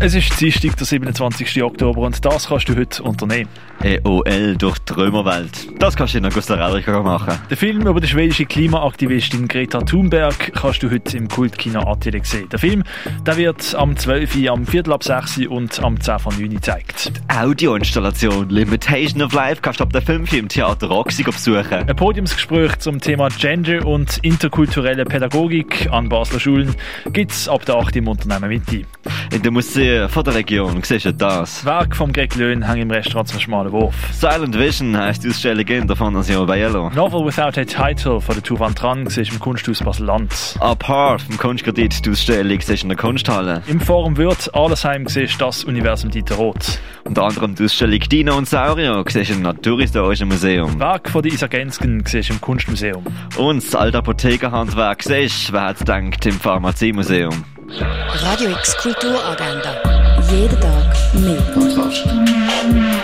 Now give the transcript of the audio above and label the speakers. Speaker 1: Es ist Dienstag, der 27. Oktober und das kannst du heute unternehmen.
Speaker 2: EOL E durch die Römerwelt. Das kannst du in Augusta Raurica machen.
Speaker 1: Den Film über die schwedische Klimaaktivistin Greta Thunberg kannst du heute im Kultkino Atelier sehen. Der Film der wird am 12 Uhr, am Viertel ab 6 Uhr und am 10 von 9 Uhr gezeigt.
Speaker 2: Die Audioinstallation Limitation of Life kannst du ab der 5 Uhr im Theater Roxy besuchen.
Speaker 1: Ein Podiumsgespräch zum Thema Gender und interkulturelle Pädagogik an Basler Schulen gibt es ab der 8 Uhr im Unternehmen Mitte.
Speaker 2: In der Museen von der Region siehst du das.
Speaker 1: Das Werk von Greg Löhn hängt im Restaurant zum Schmalen Wurf.
Speaker 2: Silent Vision heisst die Ausstellung in der Fondation Biello.
Speaker 1: Novel Without a Title von der Tuvan Tran siehst du im Kunsthaus Basel-Land.
Speaker 2: Apart vom Kunstkredit die Ausstellung siehst du in der Kunsthalle.
Speaker 1: Im Forum Würth Allesheim siehst du das Universum Dieter Roth.
Speaker 2: Unter anderem die Ausstellung Dino und Saurier siehst du im Naturhistorischen Museum.
Speaker 1: Werk von der Isa Gensken siehst du im Kunstmuseum.
Speaker 2: Und das alte Apothekerhandwerk siehst du, wer hat's gedacht, im Pharmaziemuseum.
Speaker 3: Radio X Kulturagenda. Jeden Tag mehr.